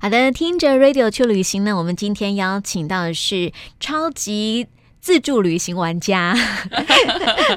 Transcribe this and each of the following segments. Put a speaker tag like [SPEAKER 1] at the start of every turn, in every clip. [SPEAKER 1] 好的，听着 Radio 去旅行呢，我们今天邀请到的是超级。自助旅行玩 家，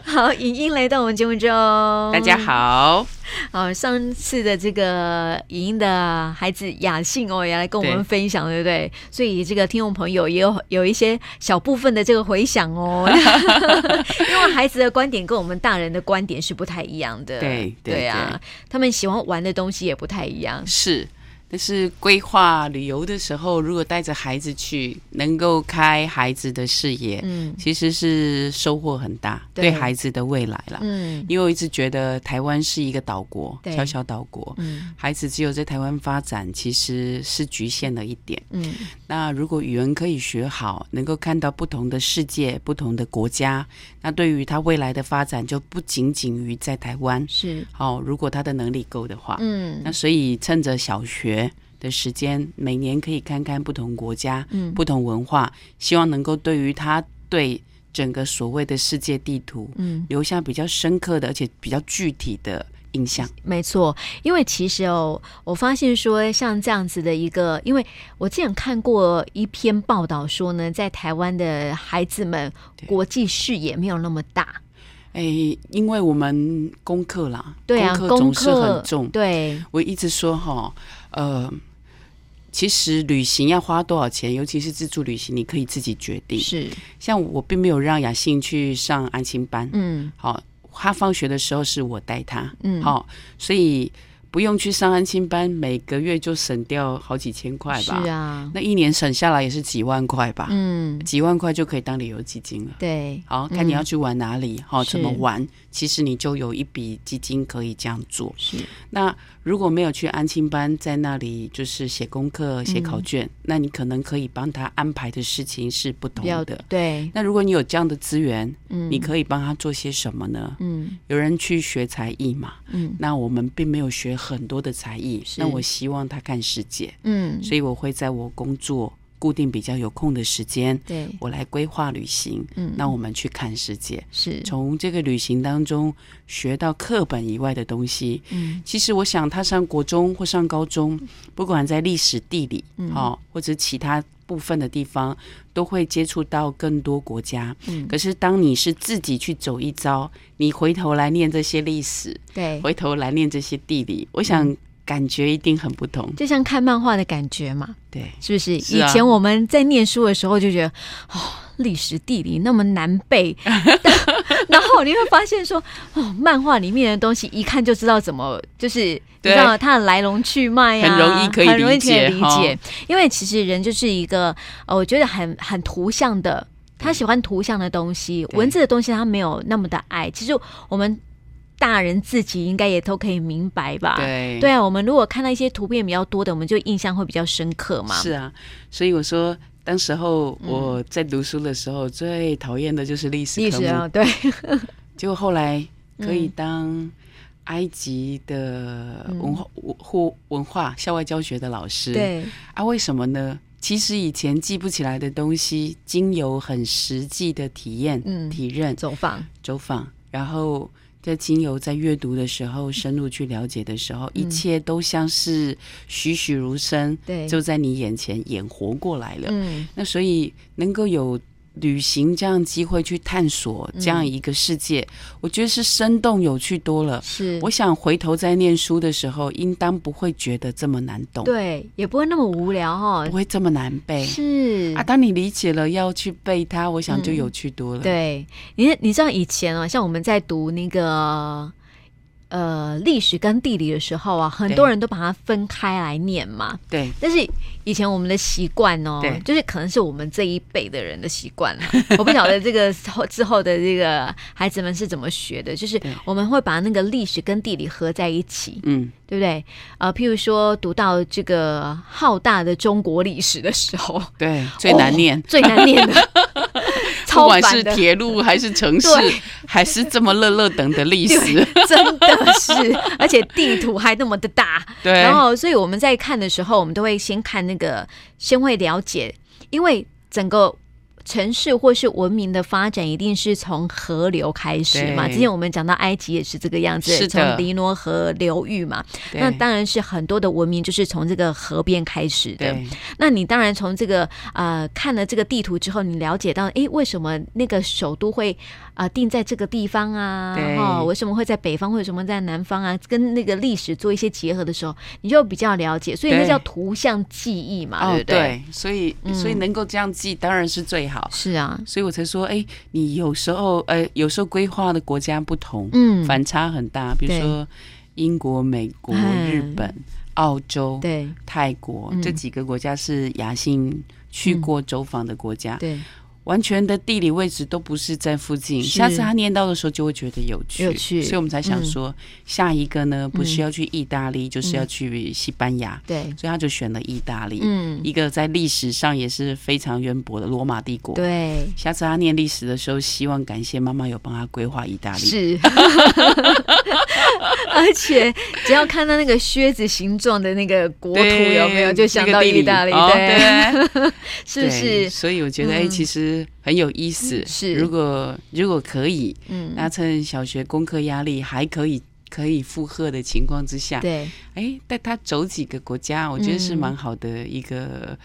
[SPEAKER 1] 好，影音来到我们节目中。
[SPEAKER 2] 大家
[SPEAKER 1] 嗯
[SPEAKER 2] 好，
[SPEAKER 1] 好，上次的这个影音的孩子雅信哦，也来跟我们
[SPEAKER 2] 对
[SPEAKER 1] 分享，对不对？所以这个听众朋友也有有一些小部分的这个回响 哦，因为孩子的观点跟我们大人的观点是不太一样的，
[SPEAKER 2] 对对
[SPEAKER 1] 啊，他们喜欢玩的东西也不太一样，
[SPEAKER 2] 是，但是规划旅游的时候，如果带着孩子去，能够开孩子的视野，
[SPEAKER 1] 嗯
[SPEAKER 2] 其实是收获很大，
[SPEAKER 1] 对
[SPEAKER 2] 对孩子的未来啦。
[SPEAKER 1] 嗯
[SPEAKER 2] 因为我一直觉得台湾是一个岛国，
[SPEAKER 1] 对
[SPEAKER 2] 小小岛国，
[SPEAKER 1] 嗯
[SPEAKER 2] 孩子只有在台湾发展，其实是局限了一点。
[SPEAKER 1] 嗯，
[SPEAKER 2] 那如果语文可以学好，能够看到不同的世界、不同的国家，那对于他未来的发展就不仅仅于在台湾。
[SPEAKER 1] 是，
[SPEAKER 2] 好、如果他的能力够的话，
[SPEAKER 1] 嗯
[SPEAKER 2] 那所以趁着小学的时间，每年可以看看不同国家、
[SPEAKER 1] 嗯
[SPEAKER 2] 不同文化，希望能够对于他对整个所谓的世界地图
[SPEAKER 1] 嗯。
[SPEAKER 2] 留下比较深刻的，而且比较具体的印象。
[SPEAKER 1] 没错，因为其实哦，我发现说像这样子的一个，因为我之前看过一篇报道说呢，在台湾的孩子们
[SPEAKER 2] 对
[SPEAKER 1] 国际视野没有那么大，
[SPEAKER 2] 哎，因为我们功课啦，
[SPEAKER 1] 对啊，
[SPEAKER 2] 功课
[SPEAKER 1] 功
[SPEAKER 2] 总是
[SPEAKER 1] 课
[SPEAKER 2] 很重。
[SPEAKER 1] 对，
[SPEAKER 2] 我一直说哈，呃，其实旅行要花多少钱，尤其是自助旅行，你可以自己决定。
[SPEAKER 1] 是，
[SPEAKER 2] 像我并没有让雅欣去上安心班，
[SPEAKER 1] 嗯
[SPEAKER 2] 好、他放学的时候是我带他，
[SPEAKER 1] 嗯，
[SPEAKER 2] 好、所以不用去上安亲班，每个月就省掉好几千块吧。
[SPEAKER 1] 是啊，
[SPEAKER 2] 那一年省下来也是几万块吧，
[SPEAKER 1] 嗯，
[SPEAKER 2] 几万块就可以当旅游基金了。
[SPEAKER 1] 对，
[SPEAKER 2] 好，看你要去玩哪里，好、
[SPEAKER 1] 嗯是
[SPEAKER 2] 怎么玩，其实你就有一笔基金可以这样做。
[SPEAKER 1] 是，
[SPEAKER 2] 那如果没有去安亲班，在那里就是写功课、写考
[SPEAKER 1] 嗯
[SPEAKER 2] 卷，那你可能可以帮他安排的事情是不
[SPEAKER 1] 比
[SPEAKER 2] 同
[SPEAKER 1] 较
[SPEAKER 2] 的。
[SPEAKER 1] 对，
[SPEAKER 2] 那如果你有这样的资源，
[SPEAKER 1] 嗯，
[SPEAKER 2] 你可以帮他做些什么呢？
[SPEAKER 1] 嗯
[SPEAKER 2] 有人去学才艺嘛，
[SPEAKER 1] 嗯
[SPEAKER 2] 那我们并没有学很多的才艺，
[SPEAKER 1] 是
[SPEAKER 2] 那我希望他看世界，
[SPEAKER 1] 嗯，
[SPEAKER 2] 所以我会在我工作固定比较有空的时间，
[SPEAKER 1] 对，
[SPEAKER 2] 我来规划旅行。
[SPEAKER 1] 嗯，
[SPEAKER 2] 那我们去看世界，
[SPEAKER 1] 是，
[SPEAKER 2] 从这个旅行当中学到课本以外的东西。
[SPEAKER 1] 嗯
[SPEAKER 2] 其实我想，他上国中或上高中，不管在历史、地理，
[SPEAKER 1] 嗯
[SPEAKER 2] 哦，或者其他部分的地方，都会接触到更多国家。
[SPEAKER 1] 嗯，
[SPEAKER 2] 可是，当你是自己去走一遭，你回头来念这些历史，
[SPEAKER 1] 对，
[SPEAKER 2] 回头来念这些地理，我想感觉一定很不同。
[SPEAKER 1] 就像看漫画的感觉嘛，
[SPEAKER 2] 对，
[SPEAKER 1] 是不是？
[SPEAKER 2] 是啊
[SPEAKER 1] 以前我们在念书的时候就觉得，哦，历史地理那么难背， 然后你会发现说，哦，漫画里面的东西一看就知道怎么，就是你知
[SPEAKER 2] 对
[SPEAKER 1] 道它的来龙去脉啊，
[SPEAKER 2] 很容易可以
[SPEAKER 1] 很容易
[SPEAKER 2] 理解
[SPEAKER 1] 理
[SPEAKER 2] 哈
[SPEAKER 1] 解。因为其实人就是一个，呃，我觉得很很图像的。他喜欢图像的东西，
[SPEAKER 2] 对
[SPEAKER 1] 文字的东西他没有那么的爱。其实我们大人自己应该也都可以明白吧？
[SPEAKER 2] 对
[SPEAKER 1] 对啊，我们如果看到一些图片比较多的，我们就印象会比较深刻嘛。
[SPEAKER 2] 是啊。所以我说，当时候我在读书的时候，最讨厌的就是历史
[SPEAKER 1] 嗯历
[SPEAKER 2] 科
[SPEAKER 1] 史
[SPEAKER 2] 目。
[SPEAKER 1] 啊，对，
[SPEAKER 2] 结果后来可以当埃及的文化、文或文化校外教学的老师。
[SPEAKER 1] 嗯对，
[SPEAKER 2] 啊，为什么呢？其实以前记不起来的东西，经由很实际的体验、
[SPEAKER 1] 嗯
[SPEAKER 2] 体认、
[SPEAKER 1] 走访，
[SPEAKER 2] 走访，然后在经由在阅读的时候，深入去了解的时候，一切都像是栩栩如生，
[SPEAKER 1] 对，
[SPEAKER 2] 就在你眼前演活过来了。
[SPEAKER 1] 嗯
[SPEAKER 2] 那所以能够有旅行这样机会去探索这样一个世界，我觉得是生动有趣多了。
[SPEAKER 1] 嗯是，
[SPEAKER 2] 我想回头在念书的时候，应当不会觉得这么难懂，
[SPEAKER 1] 对，也不会那么无聊哈
[SPEAKER 2] 不，会这么难背
[SPEAKER 1] 是嗯
[SPEAKER 2] 啊。当你理解了要去背它，我想就有趣多了。
[SPEAKER 1] 对，你你知道以前哦，像我们在读那个呃历史跟地理的时候啊，很多
[SPEAKER 2] 对
[SPEAKER 1] 人都把它分开来念嘛。
[SPEAKER 2] 对
[SPEAKER 1] 但是以前我们的习惯哦
[SPEAKER 2] 对，
[SPEAKER 1] 就是可能是我们这一辈的人的习惯了。 我不晓得这个后之后的这个孩子们是怎么学的，就是
[SPEAKER 2] 对
[SPEAKER 1] 我们会把那个历史跟地理合在一起，
[SPEAKER 2] 嗯，
[SPEAKER 1] 对不对？呃，譬如说读到这个浩大的中国历史的时候，
[SPEAKER 2] 对，
[SPEAKER 1] 哦
[SPEAKER 2] 最难念。
[SPEAKER 1] 最难念 的，
[SPEAKER 2] 不
[SPEAKER 1] 超
[SPEAKER 2] 管
[SPEAKER 1] 烦
[SPEAKER 2] 是
[SPEAKER 1] 的。
[SPEAKER 2] 铁路还是城市
[SPEAKER 1] 对，
[SPEAKER 2] 还是这么乐乐等的历史，
[SPEAKER 1] 对， 真的是，而且地图还那么的大。
[SPEAKER 2] 对，
[SPEAKER 1] 然后，所以我们在看的时候，我们都会先看那个，先会了解，因为整个城市或是文明的发展一定是从河流开始嘛？
[SPEAKER 2] 对
[SPEAKER 1] 之前我们讲到埃及也是这个样子，
[SPEAKER 2] 是
[SPEAKER 1] 从
[SPEAKER 2] 的
[SPEAKER 1] 尼罗河流域嘛。
[SPEAKER 2] 对
[SPEAKER 1] 那当然是很多的文明就是从这个河边开始的。
[SPEAKER 2] 对
[SPEAKER 1] 那你当然从这个呃看了这个地图之后，你了解到，诶，为什么那个首都会啊、呃定在这个地方啊？
[SPEAKER 2] 对
[SPEAKER 1] 哦，为什么会在北方，为什么在南方啊？跟那个历史做一些结合的时候，你就比较了解，所以那
[SPEAKER 2] 对
[SPEAKER 1] 叫图像记忆嘛，
[SPEAKER 2] 哦
[SPEAKER 1] 对不嗯对？
[SPEAKER 2] 对，所以所以能够这样记当然是最好，
[SPEAKER 1] 是啊，
[SPEAKER 2] 所以我才说，哎，你有时候呃有时候规划的国家不同，
[SPEAKER 1] 嗯，
[SPEAKER 2] 反差很大，比如说英国、美国、
[SPEAKER 1] 嗯
[SPEAKER 2] 日本、澳洲、
[SPEAKER 1] 对
[SPEAKER 2] 泰国
[SPEAKER 1] 嗯
[SPEAKER 2] 这几个国家是雅欣去过走访的国家，
[SPEAKER 1] 对，
[SPEAKER 2] 完全的地理位置都不是在附近。
[SPEAKER 1] 是
[SPEAKER 2] 下次他念到的时候，就会觉得有趣，
[SPEAKER 1] 有趣嗯
[SPEAKER 2] 所以我们才想说，下一个呢不是要去意大利，就是要去西班牙，
[SPEAKER 1] 对，
[SPEAKER 2] 所以他就选了意大利，
[SPEAKER 1] 嗯，
[SPEAKER 2] 一个在历史上也是非常渊博的罗马帝国。
[SPEAKER 1] 对，
[SPEAKER 2] 下次他念历史的时候，希望感谢妈妈有帮他规划意大利。
[SPEAKER 1] 是。 而且只要看到那个靴子形状的那个国土
[SPEAKER 2] 对
[SPEAKER 1] 有没有，就想
[SPEAKER 2] 那
[SPEAKER 1] 到
[SPEAKER 2] 个地
[SPEAKER 1] 意大利，
[SPEAKER 2] 哦对，
[SPEAKER 1] 是不
[SPEAKER 2] 对
[SPEAKER 1] 是？
[SPEAKER 2] 所以我觉得，哎、
[SPEAKER 1] 嗯
[SPEAKER 2] 其实很有意思。
[SPEAKER 1] 是
[SPEAKER 2] 如果如果可以，
[SPEAKER 1] 嗯，
[SPEAKER 2] 那趁小学功课压力还可以可以负荷的情况之下，
[SPEAKER 1] 对，
[SPEAKER 2] 哎，带他走几个国家，我觉得是
[SPEAKER 1] 嗯
[SPEAKER 2] 蛮好的一个、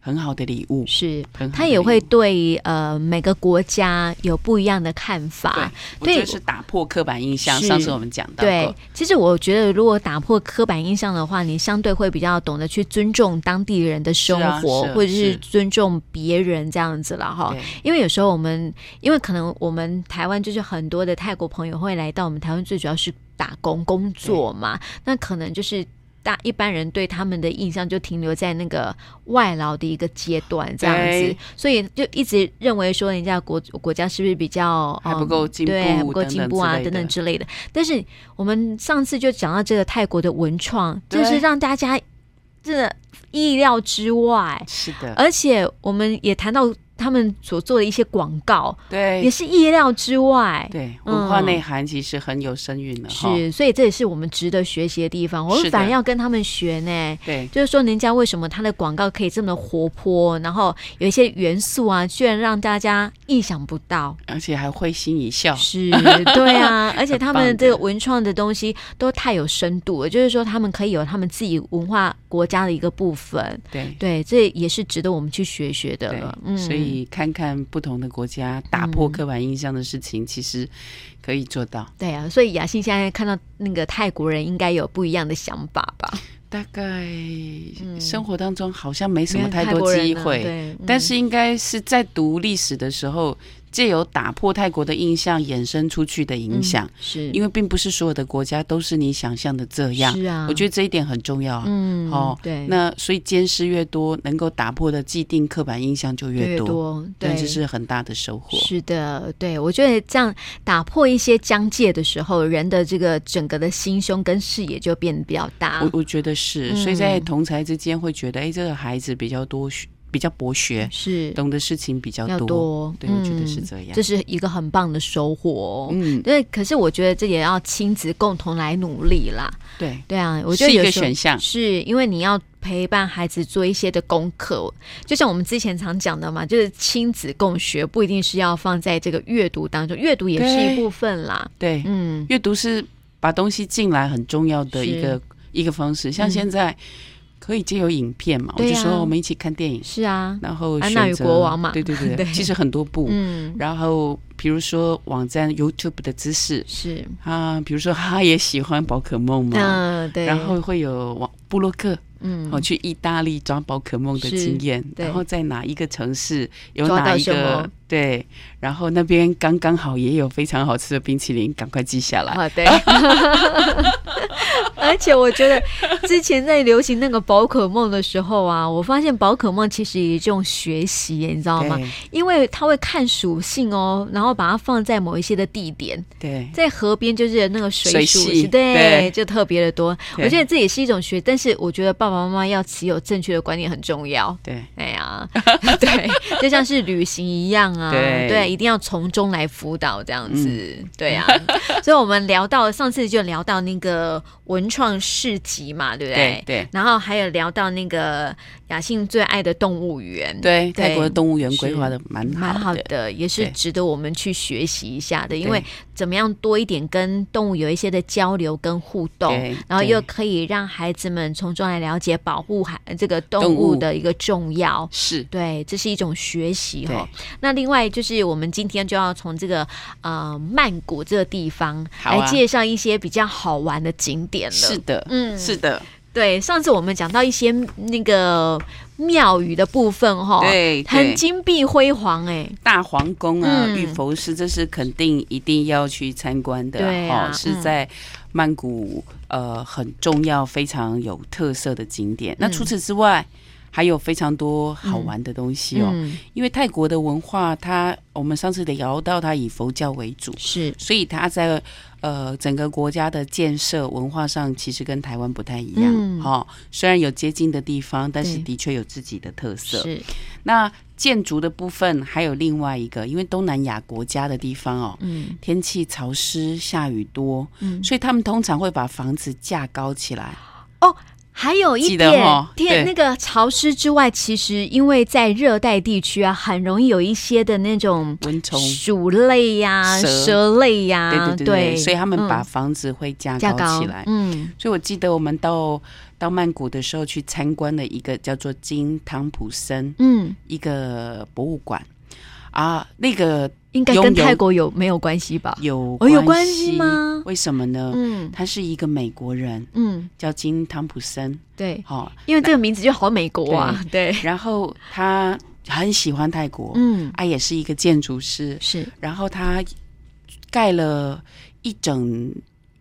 [SPEAKER 2] 很好的礼物。
[SPEAKER 1] 是。
[SPEAKER 2] 很好的
[SPEAKER 1] 他也会
[SPEAKER 2] 礼物
[SPEAKER 1] 对呃每个国家有不一样的看法。
[SPEAKER 2] 我觉
[SPEAKER 1] 啊对
[SPEAKER 2] 得是打破刻板印象。
[SPEAKER 1] 是
[SPEAKER 2] 上次我们讲到
[SPEAKER 1] 对
[SPEAKER 2] 过，，
[SPEAKER 1] 其实我觉得，如果打破刻板印象的话，你相对会比较懂得去尊重当地人的生
[SPEAKER 2] 是啊
[SPEAKER 1] 活，
[SPEAKER 2] 是啊
[SPEAKER 1] 或者是
[SPEAKER 2] 是
[SPEAKER 1] 尊重别人这样子了哈。因为有时候我们，因为可能我们台湾就是很多的泰国朋友会来到我们台湾，最主要是打工工作嘛，那可能就是。大一般人对他们的印象就停留在那个外劳的一个阶段这样子
[SPEAKER 2] 对，
[SPEAKER 1] 所以就一直认为说人家国国家是不是比较嗯
[SPEAKER 2] 还不够进步
[SPEAKER 1] 对，还不够
[SPEAKER 2] 等等
[SPEAKER 1] 进步啊
[SPEAKER 2] 之类的
[SPEAKER 1] 等等之类的。但是我们上次就讲到这个泰国的文创，真是
[SPEAKER 2] 对
[SPEAKER 1] 让大家真的意料之外，
[SPEAKER 2] 是的，
[SPEAKER 1] 而且我们也谈到他们所做的一些广告，也
[SPEAKER 2] 对
[SPEAKER 1] 是意料之外。
[SPEAKER 2] 对，
[SPEAKER 1] 嗯
[SPEAKER 2] 文化内涵其实很有深蕴的哈。
[SPEAKER 1] 是，所以这也是我们值得学习的地方。我
[SPEAKER 2] 是
[SPEAKER 1] 们
[SPEAKER 2] 的
[SPEAKER 1] 反而要跟他们学呢，
[SPEAKER 2] 对，
[SPEAKER 1] 就是说人家为什么他的广告可以这么活泼，然后有一些元素啊，居然让大家意想不到。
[SPEAKER 2] 而且还会心一笑。
[SPEAKER 1] 是，对 啊，而且他们
[SPEAKER 2] 很棒的
[SPEAKER 1] 这个文创的东西都太有深度了，就是说他们可以有他们自己文化国家的一个部分。
[SPEAKER 2] 对。
[SPEAKER 1] 对，这也是值得我们去学学的嗯
[SPEAKER 2] 对嗯
[SPEAKER 1] 了。，
[SPEAKER 2] 所以看看不同的国家，打破刻板印象的事情，其实可以做到。
[SPEAKER 1] 对啊，所以雅欣现在看到那个泰国人，应该有不一样的想法 吧？嗯
[SPEAKER 2] 大概生活当中好像没什么太多
[SPEAKER 1] 因为
[SPEAKER 2] 机
[SPEAKER 1] 泰国人啊
[SPEAKER 2] 会，
[SPEAKER 1] 对，嗯
[SPEAKER 2] 但是应该是在读历史的时候，借由打破泰国的印象衍生出去的影响，
[SPEAKER 1] 是
[SPEAKER 2] 因为并不是所有的国家都是你想象的这样。
[SPEAKER 1] 是啊，
[SPEAKER 2] 我觉
[SPEAKER 1] 得
[SPEAKER 2] 得这一点很重要啊。
[SPEAKER 1] 嗯，
[SPEAKER 2] 哦
[SPEAKER 1] 对，
[SPEAKER 2] 那所以见识越多，能够打破的既定刻板印象就
[SPEAKER 1] 越
[SPEAKER 2] 越多，
[SPEAKER 1] 多
[SPEAKER 2] 对，
[SPEAKER 1] 对，
[SPEAKER 2] 这是很大的收获。
[SPEAKER 1] 是的，对我觉得这样打破一些疆界的时候，人的这个整个的心胸跟视野就变得比较大
[SPEAKER 2] 我。我觉得是，所以在
[SPEAKER 1] 啊嗯
[SPEAKER 2] 同才之间会觉得，哎，这个孩子比较多学，比较博学，
[SPEAKER 1] 是
[SPEAKER 2] 懂的事情比较
[SPEAKER 1] 要
[SPEAKER 2] 多。
[SPEAKER 1] 多，
[SPEAKER 2] 对，我觉得
[SPEAKER 1] 嗯
[SPEAKER 2] 是这样。
[SPEAKER 1] 这是一个很棒的收获哦、
[SPEAKER 2] 嗯，
[SPEAKER 1] 对，可是我觉得这也要亲子共同来努力啦。
[SPEAKER 2] 对，
[SPEAKER 1] 对啊，我觉得
[SPEAKER 2] 是一
[SPEAKER 1] 有
[SPEAKER 2] 个
[SPEAKER 1] 时候
[SPEAKER 2] 选项
[SPEAKER 1] 是因为你要陪伴孩子做一些的功课，就像我们之前常讲的嘛，就是亲子共学，不一定是要放在这个阅读当中，阅读也是一
[SPEAKER 2] 对
[SPEAKER 1] 部分啦。
[SPEAKER 2] 对，
[SPEAKER 1] 嗯，
[SPEAKER 2] 阅读是把东西进来很重要的一个一个方式。像现在可以借由影片嘛，
[SPEAKER 1] 嗯
[SPEAKER 2] 我
[SPEAKER 1] 对
[SPEAKER 2] 就
[SPEAKER 1] 啊
[SPEAKER 2] 说我们一起看电影，
[SPEAKER 1] 是啊，
[SPEAKER 2] 然后
[SPEAKER 1] 安娜与
[SPEAKER 2] 选择
[SPEAKER 1] 国王嘛
[SPEAKER 2] 对对对，
[SPEAKER 1] 对
[SPEAKER 2] 其实很多部。
[SPEAKER 1] 嗯，
[SPEAKER 2] 然后比如说网站 YouTube 的知识
[SPEAKER 1] 是，
[SPEAKER 2] 啊，比如说他也喜欢宝可梦嘛，
[SPEAKER 1] 嗯、对，
[SPEAKER 2] 然后会有网布洛克。
[SPEAKER 1] 嗯
[SPEAKER 2] 哦，，去意大利抓宝可梦的
[SPEAKER 1] 是
[SPEAKER 2] 经验，
[SPEAKER 1] 对
[SPEAKER 2] 然后在哪一个城市有
[SPEAKER 1] 抓到
[SPEAKER 2] 哪一
[SPEAKER 1] 什
[SPEAKER 2] 个
[SPEAKER 1] 么
[SPEAKER 2] 对，然后那边刚刚好也有非常好吃的冰淇淋，赶快记下来。
[SPEAKER 1] 啊，对。 而且我觉得之前在流行那个宝可梦的时候啊，我发现宝可梦其实也是这种学习耶，你知道吗？
[SPEAKER 2] 对
[SPEAKER 1] 因为它会看属性哦，然后把它放在某一些的地点，
[SPEAKER 2] 对
[SPEAKER 1] 在河边就是那个水
[SPEAKER 2] 水
[SPEAKER 1] 属
[SPEAKER 2] 系
[SPEAKER 1] 对，
[SPEAKER 2] 对
[SPEAKER 1] 就特别的多。
[SPEAKER 2] 对
[SPEAKER 1] 我觉得这也是一种学，但是我觉得爸爸爸妈妈要持有正确的观念很重要。
[SPEAKER 2] 对，
[SPEAKER 1] 哎呀， 对，就像是旅行一样啊，
[SPEAKER 2] 对嗯
[SPEAKER 1] 一定要从中来辅导这样子，对啊。所以我们聊到上次就聊到那个文创市集嘛，对不
[SPEAKER 2] 对对
[SPEAKER 1] 然后还有聊到那个雅信最爱的动物园，
[SPEAKER 2] 对，
[SPEAKER 1] 对
[SPEAKER 2] 泰国的动物园
[SPEAKER 1] 是
[SPEAKER 2] 规划的蛮
[SPEAKER 1] 蛮
[SPEAKER 2] 好
[SPEAKER 1] 好
[SPEAKER 2] 的，
[SPEAKER 1] 的，也是
[SPEAKER 2] 对
[SPEAKER 1] 值得我们去学习一下的，因
[SPEAKER 2] 对
[SPEAKER 1] 为怎么样多一点跟动物有一些的交流跟互动
[SPEAKER 2] 对，
[SPEAKER 1] 然后又
[SPEAKER 2] 对
[SPEAKER 1] 可以让孩子们从中来了解保护海这个动
[SPEAKER 2] 动
[SPEAKER 1] 物
[SPEAKER 2] 物
[SPEAKER 1] 的一个重要。
[SPEAKER 2] 是，
[SPEAKER 1] 对，这是一种学习
[SPEAKER 2] 对
[SPEAKER 1] 哈。那另外就是我们今天就要从这个呃曼谷这个地方
[SPEAKER 2] 好啊
[SPEAKER 1] 来介绍一些比较好玩的景点了。
[SPEAKER 2] 是的，
[SPEAKER 1] 嗯
[SPEAKER 2] 是的，
[SPEAKER 1] 对，上次我们讲到一些那个庙宇的部分哈，
[SPEAKER 2] 对
[SPEAKER 1] 哦很
[SPEAKER 2] 对，
[SPEAKER 1] 金碧辉煌哎、
[SPEAKER 2] 大皇宫啊，
[SPEAKER 1] 嗯
[SPEAKER 2] 玉佛寺，这是肯定一定要去参观的
[SPEAKER 1] 对
[SPEAKER 2] 啊，
[SPEAKER 1] 啊
[SPEAKER 2] 哦是
[SPEAKER 1] 嗯
[SPEAKER 2] 在曼谷呃很重要、非常有特色的景点。
[SPEAKER 1] 嗯
[SPEAKER 2] 那除此之外，还有非常多好玩的东西哦。
[SPEAKER 1] 嗯，
[SPEAKER 2] 因为泰国的文化，它我们上次聊到，它以佛教为主，
[SPEAKER 1] 是，
[SPEAKER 2] 所以它在呃整个国家的建设文化上，其实跟台湾不太一样。
[SPEAKER 1] 嗯
[SPEAKER 2] 哦，虽然有接近的地方，但是
[SPEAKER 1] 对
[SPEAKER 2] 的确有自己的特色。
[SPEAKER 1] 是，
[SPEAKER 2] 那建筑的部分还有另外一个，因为东南亚国家的地方哦，
[SPEAKER 1] 嗯
[SPEAKER 2] 天气潮湿，下雨多，
[SPEAKER 1] 嗯。
[SPEAKER 2] 所以他们通常会把房子架高起来。
[SPEAKER 1] 还有一
[SPEAKER 2] 记得
[SPEAKER 1] 点
[SPEAKER 2] 哦，
[SPEAKER 1] 天
[SPEAKER 2] 对
[SPEAKER 1] 那个潮湿之外，其实因为在热带地区啊，很容易有一些的那种
[SPEAKER 2] 蚊虫，
[SPEAKER 1] 鼠类呀、
[SPEAKER 2] 蛇
[SPEAKER 1] 蛇类呀、
[SPEAKER 2] 对对对对，所以他们
[SPEAKER 1] 啊嗯
[SPEAKER 2] 把房子会架
[SPEAKER 1] 架
[SPEAKER 2] 高
[SPEAKER 1] 高
[SPEAKER 2] 起来。
[SPEAKER 1] 嗯，
[SPEAKER 2] 所以我记得我们到到曼谷的时候去参观了一个叫做金汤普森
[SPEAKER 1] 嗯，
[SPEAKER 2] 一个博物馆啊，那个
[SPEAKER 1] 应该
[SPEAKER 2] 拥
[SPEAKER 1] 跟
[SPEAKER 2] 有
[SPEAKER 1] 泰国有没有关系吧？哦
[SPEAKER 2] 有关系,、
[SPEAKER 1] 有关系吗
[SPEAKER 2] 为什么呢？
[SPEAKER 1] 嗯
[SPEAKER 2] 他是一个美国人，
[SPEAKER 1] 嗯，
[SPEAKER 2] 叫金汤普森，
[SPEAKER 1] 对，
[SPEAKER 2] 好、
[SPEAKER 1] 因为这个名字就好美国啊，对，
[SPEAKER 2] 然后他很喜欢泰国，
[SPEAKER 1] 嗯，
[SPEAKER 2] 他、也是一个建筑师，
[SPEAKER 1] 是，
[SPEAKER 2] 然后他盖了一整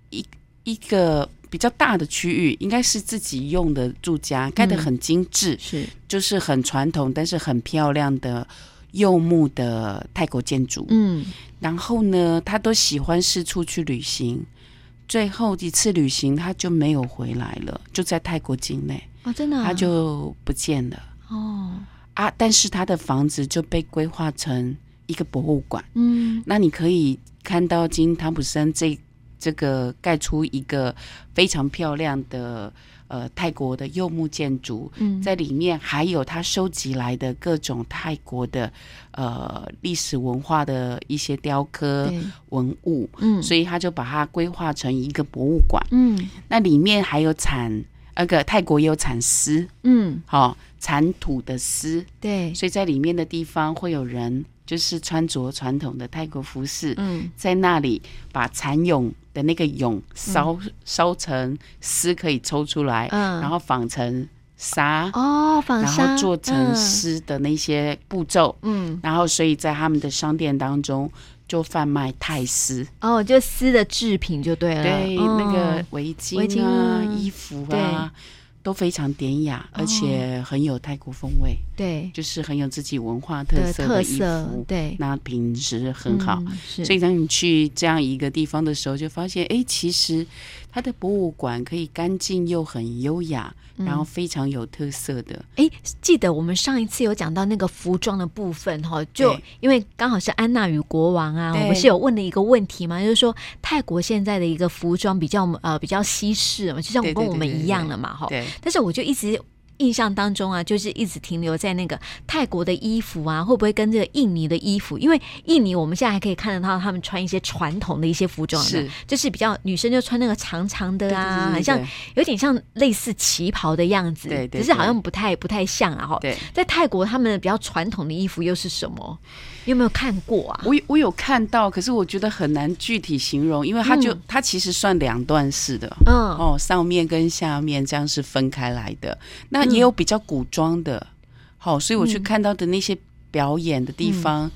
[SPEAKER 2] 一一个比较大的区域，应该是自己用的住家，盖得很精致，
[SPEAKER 1] 是，
[SPEAKER 2] 就是很传统，但是很漂亮的。柚木的泰国建筑，
[SPEAKER 1] 嗯，
[SPEAKER 2] 然后呢，他都喜欢四处去旅行。最后一次旅行，他就没有回来了，就在泰国境内，
[SPEAKER 1] 哦，真的啊、
[SPEAKER 2] 他就不见了。
[SPEAKER 1] 哦，
[SPEAKER 2] 啊，但是他的房子就被规划成一个博物馆。
[SPEAKER 1] 嗯，
[SPEAKER 2] 那你可以看到金汤普森这这个盖出一个非常漂亮的呃泰国的柚木建筑，
[SPEAKER 1] 嗯
[SPEAKER 2] 在里面还有他收集来的各种泰国的呃历史文化的一些雕刻
[SPEAKER 1] 对，
[SPEAKER 2] 文物，
[SPEAKER 1] 嗯，
[SPEAKER 2] 所以他就把它规划成一个博物馆。
[SPEAKER 1] 嗯
[SPEAKER 2] 那里面还有产那个泰国也有产丝，
[SPEAKER 1] 嗯，
[SPEAKER 2] 哦，产土的丝，
[SPEAKER 1] 对，
[SPEAKER 2] 所以在里面的地方会有人就是穿着传统的泰国服饰，
[SPEAKER 1] 嗯，
[SPEAKER 2] 在那里把蚕蛹的那个蛹烧、烧成丝，可以抽出来，
[SPEAKER 1] 嗯
[SPEAKER 2] 然后纺成纱，
[SPEAKER 1] 哦，纺
[SPEAKER 2] 然
[SPEAKER 1] 纱，
[SPEAKER 2] 后做成
[SPEAKER 1] 嗯
[SPEAKER 2] 丝的那些步骤，
[SPEAKER 1] 嗯，
[SPEAKER 2] 然后所以在他们的商店当中就贩卖泰丝，
[SPEAKER 1] 哦，就丝的制品就对了。
[SPEAKER 2] 对，
[SPEAKER 1] 嗯
[SPEAKER 2] 那个围巾啊、
[SPEAKER 1] 围巾啊
[SPEAKER 2] 衣服啊。都非常典雅，而
[SPEAKER 1] 哦
[SPEAKER 2] 且很有泰国风味，
[SPEAKER 1] 对
[SPEAKER 2] 就是很有自己文化特
[SPEAKER 1] 的
[SPEAKER 2] 色
[SPEAKER 1] 特
[SPEAKER 2] 衣
[SPEAKER 1] 色
[SPEAKER 2] 服，，
[SPEAKER 1] 对，
[SPEAKER 2] 那品质很好。
[SPEAKER 1] 嗯是，
[SPEAKER 2] 所以当你去这样一个地方的时候，就发现，哎，其实它的博物馆可以干净又很优雅，
[SPEAKER 1] 嗯
[SPEAKER 2] 然后非常有特色的。
[SPEAKER 1] 哎，记得我们上一次有讲到那个服装的部分哈，就
[SPEAKER 2] 对
[SPEAKER 1] 因为刚好是安娜与国王啊，
[SPEAKER 2] 对
[SPEAKER 1] 我们是有问了一个问题嘛，就是说泰国现在的一个服装比较呃比较西式嘛，就像
[SPEAKER 2] 对对
[SPEAKER 1] 跟
[SPEAKER 2] 对
[SPEAKER 1] 我们
[SPEAKER 2] 对对
[SPEAKER 1] 一样了嘛哈。
[SPEAKER 2] 对，
[SPEAKER 1] 但是我就一直印象当中啊，就是一直停留在那个泰国的衣服啊，会不会跟这个印尼的衣服？因为印尼我们现在还可以看得到他们穿一些传统的一些服装，
[SPEAKER 2] 是，
[SPEAKER 1] 就是比较女生就穿那个长长的啊，
[SPEAKER 2] 对对对对
[SPEAKER 1] 很像有点像类似旗袍的样子，
[SPEAKER 2] 对对对
[SPEAKER 1] 只是好像不太不太像啊哈。
[SPEAKER 2] 对
[SPEAKER 1] 在泰国他们比较传统的衣服又是什么？你有没有看过啊？
[SPEAKER 2] 我有我有看到，可是我觉得很难具体形容，因为它就、它其实算两段式的。
[SPEAKER 1] 嗯，
[SPEAKER 2] 哦，上面跟下面这样是分开来的。那
[SPEAKER 1] 嗯
[SPEAKER 2] 也有比较古装的，好、所以我去看到的那些表演的地方，
[SPEAKER 1] 嗯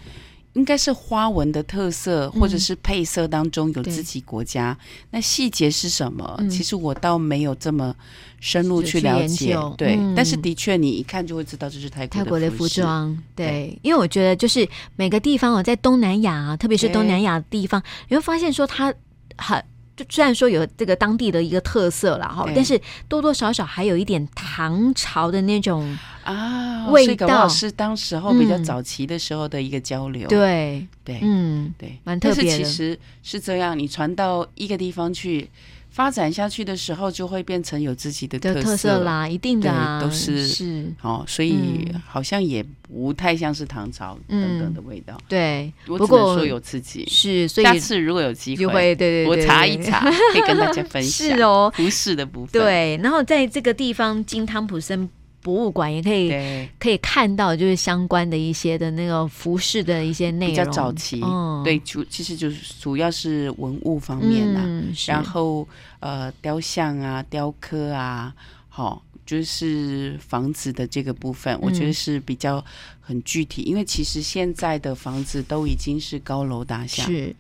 [SPEAKER 2] 应该是花纹的特色，或者是配色当中有
[SPEAKER 1] 对
[SPEAKER 2] 自己国家。
[SPEAKER 1] 嗯
[SPEAKER 2] 那细节是什么？其实我倒没有这么深入
[SPEAKER 1] 是
[SPEAKER 2] 去
[SPEAKER 1] 嗯去
[SPEAKER 2] 了
[SPEAKER 1] 研
[SPEAKER 2] 解，
[SPEAKER 1] 究
[SPEAKER 2] 对。
[SPEAKER 1] 嗯
[SPEAKER 2] 但是的确，你一看就会知道这是泰国
[SPEAKER 1] 泰国的服
[SPEAKER 2] 饰。
[SPEAKER 1] 装，对，因为我觉得就是每个地方哦，在东南亚啊，特别是
[SPEAKER 2] 对
[SPEAKER 1] 东南亚地方，你会发现说它很就虽然说有这个当地的一个特色啦哈
[SPEAKER 2] 对，
[SPEAKER 1] 但是多多少少还有一点唐朝的那种
[SPEAKER 2] 啊，
[SPEAKER 1] 味
[SPEAKER 2] 所以搞不
[SPEAKER 1] 道
[SPEAKER 2] 好是当时候比较
[SPEAKER 1] 嗯
[SPEAKER 2] 早期的时候的一个交流。
[SPEAKER 1] 对，
[SPEAKER 2] 对
[SPEAKER 1] 嗯，
[SPEAKER 2] 对，
[SPEAKER 1] 蛮
[SPEAKER 2] 但
[SPEAKER 1] 特
[SPEAKER 2] 是
[SPEAKER 1] 别
[SPEAKER 2] 其
[SPEAKER 1] 的
[SPEAKER 2] 实是这样，你传到一个地方去，发展下去的时候，就会变成有自己的
[SPEAKER 1] 的特
[SPEAKER 2] 色
[SPEAKER 1] 色。啦，一定的啊，
[SPEAKER 2] 对都是
[SPEAKER 1] 是
[SPEAKER 2] 哦，所以
[SPEAKER 1] 嗯
[SPEAKER 2] 好像也不太像是唐朝等等的味道。
[SPEAKER 1] 对，
[SPEAKER 2] 我
[SPEAKER 1] 不
[SPEAKER 2] 只能
[SPEAKER 1] 过
[SPEAKER 2] 说有刺激，
[SPEAKER 1] 是，所以
[SPEAKER 2] 下次如果有机
[SPEAKER 1] 就会对对对，
[SPEAKER 2] 我查
[SPEAKER 1] 对
[SPEAKER 2] 一，查，可以跟大家分享。
[SPEAKER 1] 是，哦，
[SPEAKER 2] 服饰的部分。
[SPEAKER 1] 对，然后在这个地方进汤普森博物馆也可以
[SPEAKER 2] 对，
[SPEAKER 1] 可以看到，就是相关的一些的那个服饰的一些内容，
[SPEAKER 2] 比较早期
[SPEAKER 1] 嗯，
[SPEAKER 2] 对，主其实就是主要是文物方面啊，
[SPEAKER 1] 嗯、是
[SPEAKER 2] 然后呃，雕像啊、雕刻啊，好、就是房子的这个部
[SPEAKER 1] 嗯
[SPEAKER 2] 分，我觉得是比较很具体，因为其实现在的房子都已经是高楼大厦、
[SPEAKER 1] 是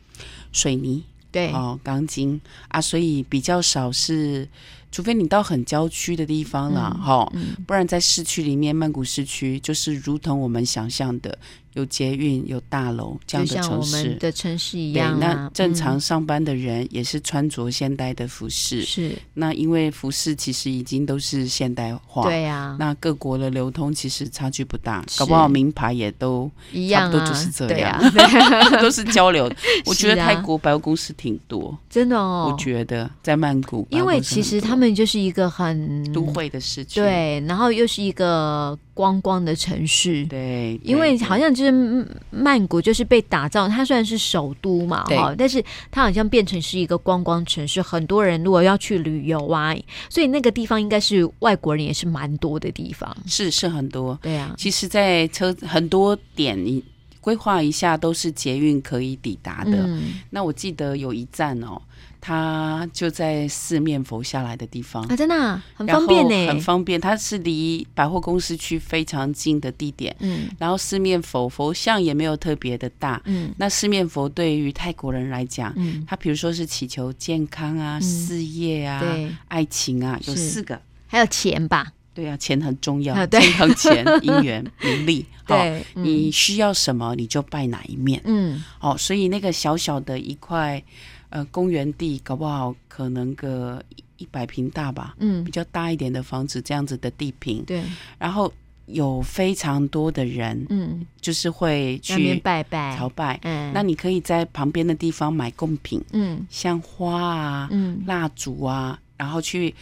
[SPEAKER 2] 水泥
[SPEAKER 1] 对，
[SPEAKER 2] 哦、钢筋啊，所以比较少是，除非你到很郊区的地方啦，
[SPEAKER 1] 嗯
[SPEAKER 2] 哈、
[SPEAKER 1] 嗯
[SPEAKER 2] 不然在市区里面，曼谷市区就是如同我们想象的，有捷运、有大楼这
[SPEAKER 1] 就像
[SPEAKER 2] 样的城
[SPEAKER 1] 我
[SPEAKER 2] 市
[SPEAKER 1] 们。的城市一
[SPEAKER 2] 对
[SPEAKER 1] 样、啊，，
[SPEAKER 2] 那正常
[SPEAKER 1] 嗯、
[SPEAKER 2] 上班的人也是穿着现代的服饰。
[SPEAKER 1] 是，
[SPEAKER 2] 那因为服饰其实已经都是现代化，、
[SPEAKER 1] 对呀、啊，
[SPEAKER 2] 那各国的流通其实差距不大，
[SPEAKER 1] 是
[SPEAKER 2] 搞不好名牌也都
[SPEAKER 1] 一
[SPEAKER 2] 差
[SPEAKER 1] 样
[SPEAKER 2] 不
[SPEAKER 1] 啊，
[SPEAKER 2] 多就是这
[SPEAKER 1] 对
[SPEAKER 2] 样
[SPEAKER 1] 啊，对啊
[SPEAKER 2] 都是交流。我觉得
[SPEAKER 1] 是啊
[SPEAKER 2] 泰国百货公司挺多，
[SPEAKER 1] 真的哦，
[SPEAKER 2] 我觉得在曼谷，
[SPEAKER 1] 因为其实他们就是一个很
[SPEAKER 2] 都会的市区，
[SPEAKER 1] 对，然后又是一个观光的城市。
[SPEAKER 2] 对，
[SPEAKER 1] 因为好
[SPEAKER 2] 像
[SPEAKER 1] 像就是嗯曼谷就是被打造，它虽然是首都嘛
[SPEAKER 2] 对
[SPEAKER 1] 哈，但是它好像变成是一个观光城市，很多人如果要去旅游啊，所以那个地方应该是外国人也是蛮多的地方。
[SPEAKER 2] 是是很多。
[SPEAKER 1] 对啊，
[SPEAKER 2] 其实，在车很多点你规划一下都是捷运可以抵达的。
[SPEAKER 1] 嗯，
[SPEAKER 2] 那我记得有一站哦，它就在四面佛下来的地方。
[SPEAKER 1] 啊，真的啊、很
[SPEAKER 2] 然
[SPEAKER 1] 方
[SPEAKER 2] 后
[SPEAKER 1] 便呢、
[SPEAKER 2] 很方便。它是离百货公司区非常近的地点，
[SPEAKER 1] 嗯
[SPEAKER 2] 然后四面佛佛像也没有特别的大。
[SPEAKER 1] 嗯
[SPEAKER 2] 那四面佛对于泰国人来讲，
[SPEAKER 1] 嗯，
[SPEAKER 2] 他比如说是祈求健康啊、
[SPEAKER 1] 嗯
[SPEAKER 2] 事业啊、
[SPEAKER 1] 对，
[SPEAKER 2] 爱情啊，有
[SPEAKER 1] 是
[SPEAKER 2] 四个。
[SPEAKER 1] 还有钱吧？
[SPEAKER 2] 对啊，钱很重要，
[SPEAKER 1] 啊
[SPEAKER 2] 健
[SPEAKER 1] 对
[SPEAKER 2] 康、 钱、姻缘、名利。哦，
[SPEAKER 1] 对，嗯
[SPEAKER 2] 你需要什么你就拜哪一面。
[SPEAKER 1] 嗯
[SPEAKER 2] 哦，所以那个小小的一块呃公园地，搞不好可能个一百平大吧，比
[SPEAKER 1] 嗯，
[SPEAKER 2] 较大一点的房子这样子的地坪，
[SPEAKER 1] 对，
[SPEAKER 2] 然后有非常多的人
[SPEAKER 1] 嗯，
[SPEAKER 2] 就是会
[SPEAKER 1] 那边
[SPEAKER 2] 去
[SPEAKER 1] 拜拜
[SPEAKER 2] 朝，拜。
[SPEAKER 1] 嗯，
[SPEAKER 2] 那你可以在旁边的地方买贡品，
[SPEAKER 1] 嗯
[SPEAKER 2] 像花啊、
[SPEAKER 1] 嗯
[SPEAKER 2] 蜡烛啊，然后去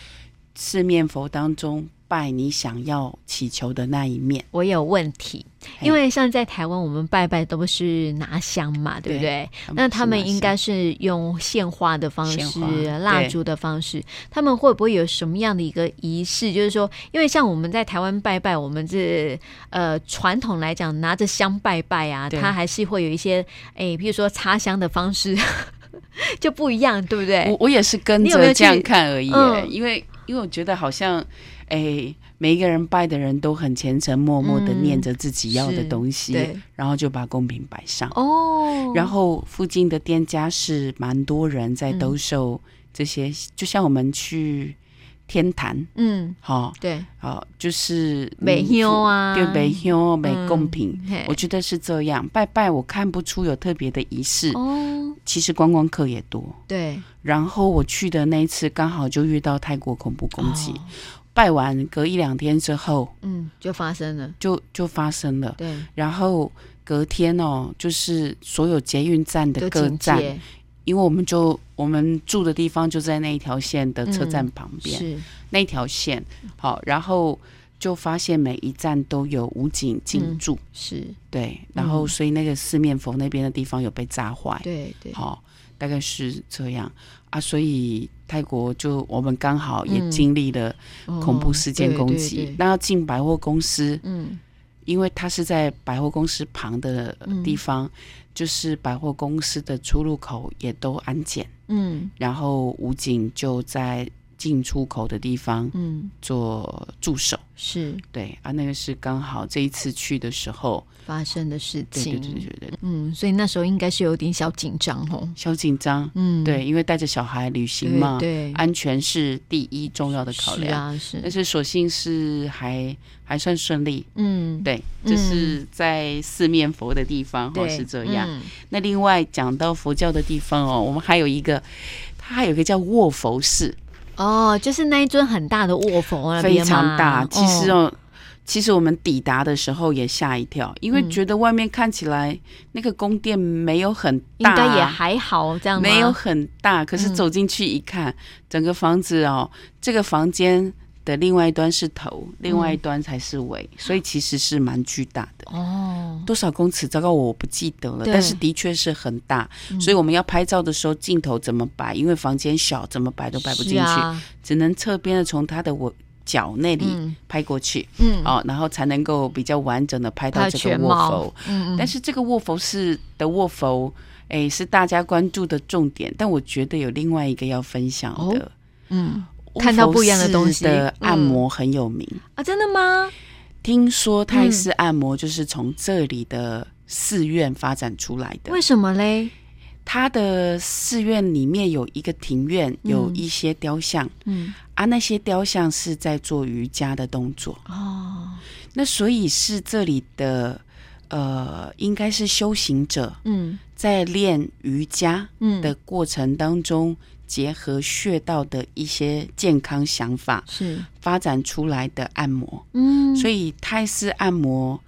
[SPEAKER 2] 四面佛当中拜你想要祈求的那一面。
[SPEAKER 1] 我有问题，
[SPEAKER 2] 嘿
[SPEAKER 1] 因为像在台湾，我们拜拜都是拿香嘛，对不对？那他们应该是用献花的方
[SPEAKER 2] 献
[SPEAKER 1] 式
[SPEAKER 2] 花、
[SPEAKER 1] 蜡
[SPEAKER 2] 对
[SPEAKER 1] 烛的方式，他们会不会有什么样的一个仪式？就是说，因为像我们在台湾拜拜，我们这呃传统来讲，拿着香拜拜啊，
[SPEAKER 2] 对
[SPEAKER 1] 它还是会有一些哎，譬如说插香的方式 就不一样，对不对
[SPEAKER 2] 嗯我？我也是跟
[SPEAKER 1] 你有没
[SPEAKER 2] 着
[SPEAKER 1] 有
[SPEAKER 2] 这样
[SPEAKER 1] 去
[SPEAKER 2] 看而已耶、
[SPEAKER 1] 嗯
[SPEAKER 2] 因为因为我觉得好像，哎，每一个人拜的人都很虔诚，默默的
[SPEAKER 1] 嗯
[SPEAKER 2] 念着自己要的
[SPEAKER 1] 是
[SPEAKER 2] 东西，
[SPEAKER 1] 对
[SPEAKER 2] 然后就把贡品摆上。
[SPEAKER 1] 哦，
[SPEAKER 2] 然后附近的店家是蛮多人在
[SPEAKER 1] 嗯
[SPEAKER 2] 兜售这些，就像我们去天坛，
[SPEAKER 1] 嗯，
[SPEAKER 2] 哈、哦，
[SPEAKER 1] 对，
[SPEAKER 2] 就是
[SPEAKER 1] 美妞
[SPEAKER 2] 啊，
[SPEAKER 1] 啊，
[SPEAKER 2] 对，美香美
[SPEAKER 1] 嗯
[SPEAKER 2] 贡品。
[SPEAKER 1] 嘿
[SPEAKER 2] 我觉得是这样，拜拜我看不出有特别的仪式，
[SPEAKER 1] 哦，
[SPEAKER 2] 其实观光客也多。
[SPEAKER 1] 对，
[SPEAKER 2] 然后我去的那一次刚好就遇到泰国恐怖攻击，
[SPEAKER 1] 哦
[SPEAKER 2] 拜完隔一两天之后
[SPEAKER 1] 嗯，就发生了，
[SPEAKER 2] 就就发生了，
[SPEAKER 1] 对，
[SPEAKER 2] 然后隔天哦，就是所有捷运站的
[SPEAKER 1] 都
[SPEAKER 2] 各
[SPEAKER 1] 警
[SPEAKER 2] 站，
[SPEAKER 1] 戒
[SPEAKER 2] 因为我们就我们住的地方就在那一条线的车站旁边，
[SPEAKER 1] 嗯是，
[SPEAKER 2] 那一条线好，然后就发现每一站都有武警进
[SPEAKER 1] 嗯
[SPEAKER 2] 驻，
[SPEAKER 1] 是，
[SPEAKER 2] 对，然后
[SPEAKER 1] 嗯
[SPEAKER 2] 所以那个四面佛那边的地方有被炸坏，
[SPEAKER 1] 对对，
[SPEAKER 2] 好、大概是这样啊。所以泰国就我们刚好也
[SPEAKER 1] 嗯
[SPEAKER 2] 经历了恐怖
[SPEAKER 1] 哦
[SPEAKER 2] 事件攻击，，
[SPEAKER 1] 对对对
[SPEAKER 2] 那要进百货公司，
[SPEAKER 1] 嗯
[SPEAKER 2] 因为它是在百货公司旁的呃地方，就是百货公司的出入口也都安检，
[SPEAKER 1] 嗯
[SPEAKER 2] 然后武警就在进出口的地方
[SPEAKER 1] 嗯，
[SPEAKER 2] 做驻守。
[SPEAKER 1] 是
[SPEAKER 2] 对啊，那个是刚好这一次去的时候，
[SPEAKER 1] 发生的事
[SPEAKER 2] 对
[SPEAKER 1] 情，
[SPEAKER 2] 对对对对，对
[SPEAKER 1] 嗯，所以那时候应该是有点小紧张哦，
[SPEAKER 2] 小紧张。
[SPEAKER 1] 嗯，
[SPEAKER 2] 对，因为带着小孩旅行
[SPEAKER 1] 对
[SPEAKER 2] 嘛，
[SPEAKER 1] 对，
[SPEAKER 2] 安全是第一重要的考
[SPEAKER 1] 是
[SPEAKER 2] 量。
[SPEAKER 1] 啊
[SPEAKER 2] 但
[SPEAKER 1] 是，
[SPEAKER 2] 是所幸是还还算顺利，
[SPEAKER 1] 嗯，
[SPEAKER 2] 对，
[SPEAKER 1] 嗯
[SPEAKER 2] 就是在四面佛的地方哦
[SPEAKER 1] 对，
[SPEAKER 2] 是这样。
[SPEAKER 1] 嗯
[SPEAKER 2] 那另外讲到佛教的地方哦，我们还有一个它还有一个叫卧佛寺，
[SPEAKER 1] 哦，就是那一尊很大的卧佛那
[SPEAKER 2] 非
[SPEAKER 1] 边嘛
[SPEAKER 2] 常大。其实
[SPEAKER 1] 哦，
[SPEAKER 2] 哦，其实我们抵达的时候也吓一跳，因为
[SPEAKER 1] 嗯
[SPEAKER 2] 觉得外面看起来那个宫殿没有很
[SPEAKER 1] 应
[SPEAKER 2] 大啊，
[SPEAKER 1] 该也还好这样吗
[SPEAKER 2] 没有很大，可是
[SPEAKER 1] 嗯
[SPEAKER 2] 走进去一看，整个房子哦，这个房间的另外一端是头，另
[SPEAKER 1] 嗯
[SPEAKER 2] 外一端才是尾，所以其实是蛮巨大的。
[SPEAKER 1] 哦，
[SPEAKER 2] 多少公尺？糟糕，我不记得了，
[SPEAKER 1] 对
[SPEAKER 2] 但是的确是很大，
[SPEAKER 1] 嗯
[SPEAKER 2] 所以我们要拍照的时候，镜头怎么摆？因为房间小，怎么摆都摆不进去，
[SPEAKER 1] 是啊
[SPEAKER 2] 只能侧边的从他的我脚那里
[SPEAKER 1] 嗯
[SPEAKER 2] 拍过去，
[SPEAKER 1] 嗯，
[SPEAKER 2] 哦，然后才能够比较完整的拍到
[SPEAKER 1] 它
[SPEAKER 2] 这个
[SPEAKER 1] 全
[SPEAKER 2] 卧
[SPEAKER 1] 貌
[SPEAKER 2] 佛。，
[SPEAKER 1] 嗯嗯，
[SPEAKER 2] 但是这个卧佛寺的卧佛，哎，是大家关注的重点。但我觉得有另外一个要分享的，
[SPEAKER 1] 嗯看到不一样的东西
[SPEAKER 2] 卧佛寺的按摩很有名，
[SPEAKER 1] 啊，真的吗？
[SPEAKER 2] 听说泰式按摩就是从这里的寺院发展出来的
[SPEAKER 1] 为。什么嘞？
[SPEAKER 2] 它的寺院里面有一个庭院，有一些雕像、
[SPEAKER 1] 嗯，
[SPEAKER 2] 啊，那些雕像是在做瑜伽的动作。
[SPEAKER 1] 哦，
[SPEAKER 2] 那所以是这里的呃，应该是修行者
[SPEAKER 1] 嗯
[SPEAKER 2] 在练瑜伽。
[SPEAKER 1] 嗯
[SPEAKER 2] 的过程当中，结合穴道的一些健康想法
[SPEAKER 1] 是，
[SPEAKER 2] 发展出来的按摩，
[SPEAKER 1] 嗯，
[SPEAKER 2] 所
[SPEAKER 1] 以
[SPEAKER 2] 以泰式按摩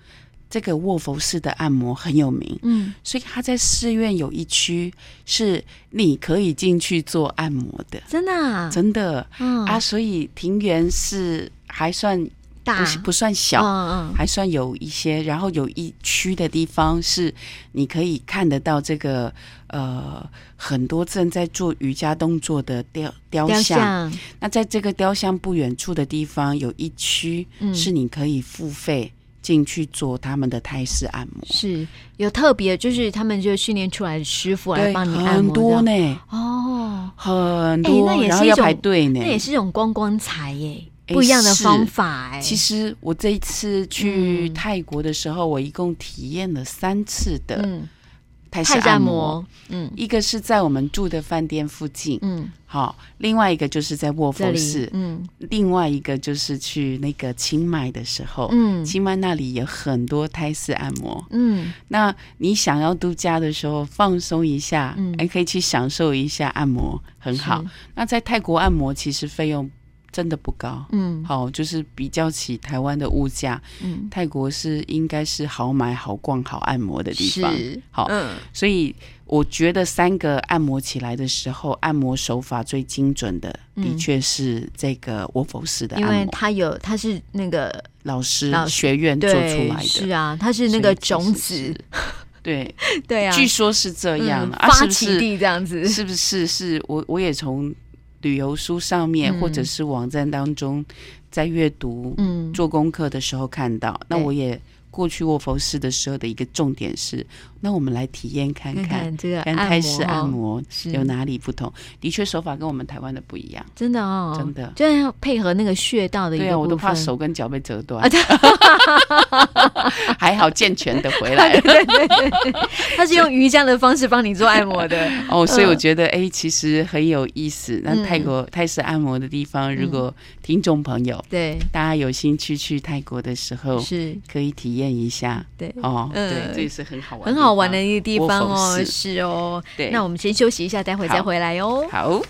[SPEAKER 2] 这个卧佛式的按摩很有名。
[SPEAKER 1] 嗯
[SPEAKER 2] 所以它在寺院有一区是你可以进去做按摩的，
[SPEAKER 1] 真的啊，
[SPEAKER 2] 真的
[SPEAKER 1] 嗯
[SPEAKER 2] 啊！所以庭园是还算
[SPEAKER 1] 大
[SPEAKER 2] 不是不算小，
[SPEAKER 1] 嗯嗯
[SPEAKER 2] 还算有一些，然后有一区的地方是你可以看得到这个呃很多正在做瑜伽动作的雕雕像。
[SPEAKER 1] 雕像，
[SPEAKER 2] 那在这个雕像不远处的地方有一区
[SPEAKER 1] 嗯
[SPEAKER 2] 是你可以付费进去做他们的泰式按摩，
[SPEAKER 1] 是有特别，就是他们就训练出来的师傅来
[SPEAKER 2] 对，
[SPEAKER 1] 帮你按
[SPEAKER 2] 很
[SPEAKER 1] 摩
[SPEAKER 2] 多
[SPEAKER 1] 的。
[SPEAKER 2] 呢，
[SPEAKER 1] 哦，
[SPEAKER 2] 很
[SPEAKER 1] 哎
[SPEAKER 2] 多，
[SPEAKER 1] 那也是
[SPEAKER 2] 然后
[SPEAKER 1] 一
[SPEAKER 2] 要
[SPEAKER 1] 种
[SPEAKER 2] 排队呢
[SPEAKER 1] 那。也是一种光光彩耶，
[SPEAKER 2] 哎
[SPEAKER 1] 不一样的
[SPEAKER 2] 是
[SPEAKER 1] 方法哎。
[SPEAKER 2] 其实我这一次去
[SPEAKER 1] 嗯
[SPEAKER 2] 泰国的时候，我一共体验了三次的
[SPEAKER 1] 嗯，
[SPEAKER 2] 泰式
[SPEAKER 1] 泰式按
[SPEAKER 2] 按摩。
[SPEAKER 1] 摩，嗯
[SPEAKER 2] 一个是在我们住的饭店附近，
[SPEAKER 1] 嗯，
[SPEAKER 2] 好，另外一个就是在卧
[SPEAKER 1] 这
[SPEAKER 2] 佛
[SPEAKER 1] 里
[SPEAKER 2] 寺，，
[SPEAKER 1] 嗯
[SPEAKER 2] 另外一个就是去那个清迈的时候，
[SPEAKER 1] 嗯
[SPEAKER 2] 清迈那里有很多泰式按摩。
[SPEAKER 1] 嗯，
[SPEAKER 2] 那你想要度假的时候放松一下，
[SPEAKER 1] 嗯
[SPEAKER 2] 还可以去享受一下按摩，很好
[SPEAKER 1] 是。
[SPEAKER 2] 那在泰国按摩其实费用真的不高，
[SPEAKER 1] 嗯
[SPEAKER 2] 好，就是比较起台湾的物价，
[SPEAKER 1] 嗯，
[SPEAKER 2] 泰国是应该是好买、好逛、好按摩的地方。
[SPEAKER 1] 是
[SPEAKER 2] 好
[SPEAKER 1] 嗯
[SPEAKER 2] 所以我觉得三个按摩起来的时候，按摩手法最精准的，
[SPEAKER 1] 嗯
[SPEAKER 2] 的确是这个卧佛式的
[SPEAKER 1] 因
[SPEAKER 2] 按
[SPEAKER 1] 为
[SPEAKER 2] 摩
[SPEAKER 1] 它有，它是那个
[SPEAKER 2] 老师
[SPEAKER 1] 老师
[SPEAKER 2] 学院做出
[SPEAKER 1] 对
[SPEAKER 2] 来，的，
[SPEAKER 1] 是啊，它是那
[SPEAKER 2] 所以
[SPEAKER 1] 个
[SPEAKER 2] 其实
[SPEAKER 1] 种
[SPEAKER 2] 是
[SPEAKER 1] 子，。
[SPEAKER 2] 对，
[SPEAKER 1] 对啊，
[SPEAKER 2] 据说是这样
[SPEAKER 1] 嗯
[SPEAKER 2] 啊，是
[SPEAKER 1] 发
[SPEAKER 2] 不
[SPEAKER 1] 起
[SPEAKER 2] 是？
[SPEAKER 1] 地这样子，
[SPEAKER 2] 是不是？是我我也从旅游书上面、
[SPEAKER 1] 嗯
[SPEAKER 2] 或者是网站当中在阅读、
[SPEAKER 1] 嗯，
[SPEAKER 2] 做功课的时候看到。那
[SPEAKER 1] 对
[SPEAKER 2] 我也过去卧佛寺的时候的一个重点是，那我们来体验看
[SPEAKER 1] 看
[SPEAKER 2] 看。
[SPEAKER 1] 看这个
[SPEAKER 2] 跟
[SPEAKER 1] 按
[SPEAKER 2] 泰式
[SPEAKER 1] 摩
[SPEAKER 2] 按
[SPEAKER 1] 哦
[SPEAKER 2] 摩
[SPEAKER 1] 是
[SPEAKER 2] 有哪里不同？的确，手法跟我们台湾的不一样。
[SPEAKER 1] 真的哦，
[SPEAKER 2] 真的
[SPEAKER 1] 就是要配合那个穴道的一
[SPEAKER 2] 对
[SPEAKER 1] 个
[SPEAKER 2] 啊，我都
[SPEAKER 1] 部
[SPEAKER 2] 怕
[SPEAKER 1] 分
[SPEAKER 2] 手跟脚被折断
[SPEAKER 1] 啊，对
[SPEAKER 2] 还好健全的
[SPEAKER 1] 嗯
[SPEAKER 2] 回来
[SPEAKER 1] 他是用瑜伽的方式帮你做按摩 的，
[SPEAKER 2] 哦。所以我觉得，哎，其实很有意思。那
[SPEAKER 1] 嗯
[SPEAKER 2] 泰国泰式按摩的地方，
[SPEAKER 1] 嗯
[SPEAKER 2] 如果听众朋友
[SPEAKER 1] 对，
[SPEAKER 2] 大家有兴趣去泰国的时候，
[SPEAKER 1] 是，
[SPEAKER 2] 可以体验一下
[SPEAKER 1] 对，
[SPEAKER 2] 哦。
[SPEAKER 1] 嗯
[SPEAKER 2] 对，这也是很好玩，
[SPEAKER 1] 很好玩的。一个地
[SPEAKER 2] 窝
[SPEAKER 1] 方
[SPEAKER 2] 缝
[SPEAKER 1] 哦，
[SPEAKER 2] 式
[SPEAKER 1] 是哦。
[SPEAKER 2] 对，
[SPEAKER 1] 那我们先休息一下，待会再
[SPEAKER 2] 好
[SPEAKER 1] 回来哦。
[SPEAKER 2] 好。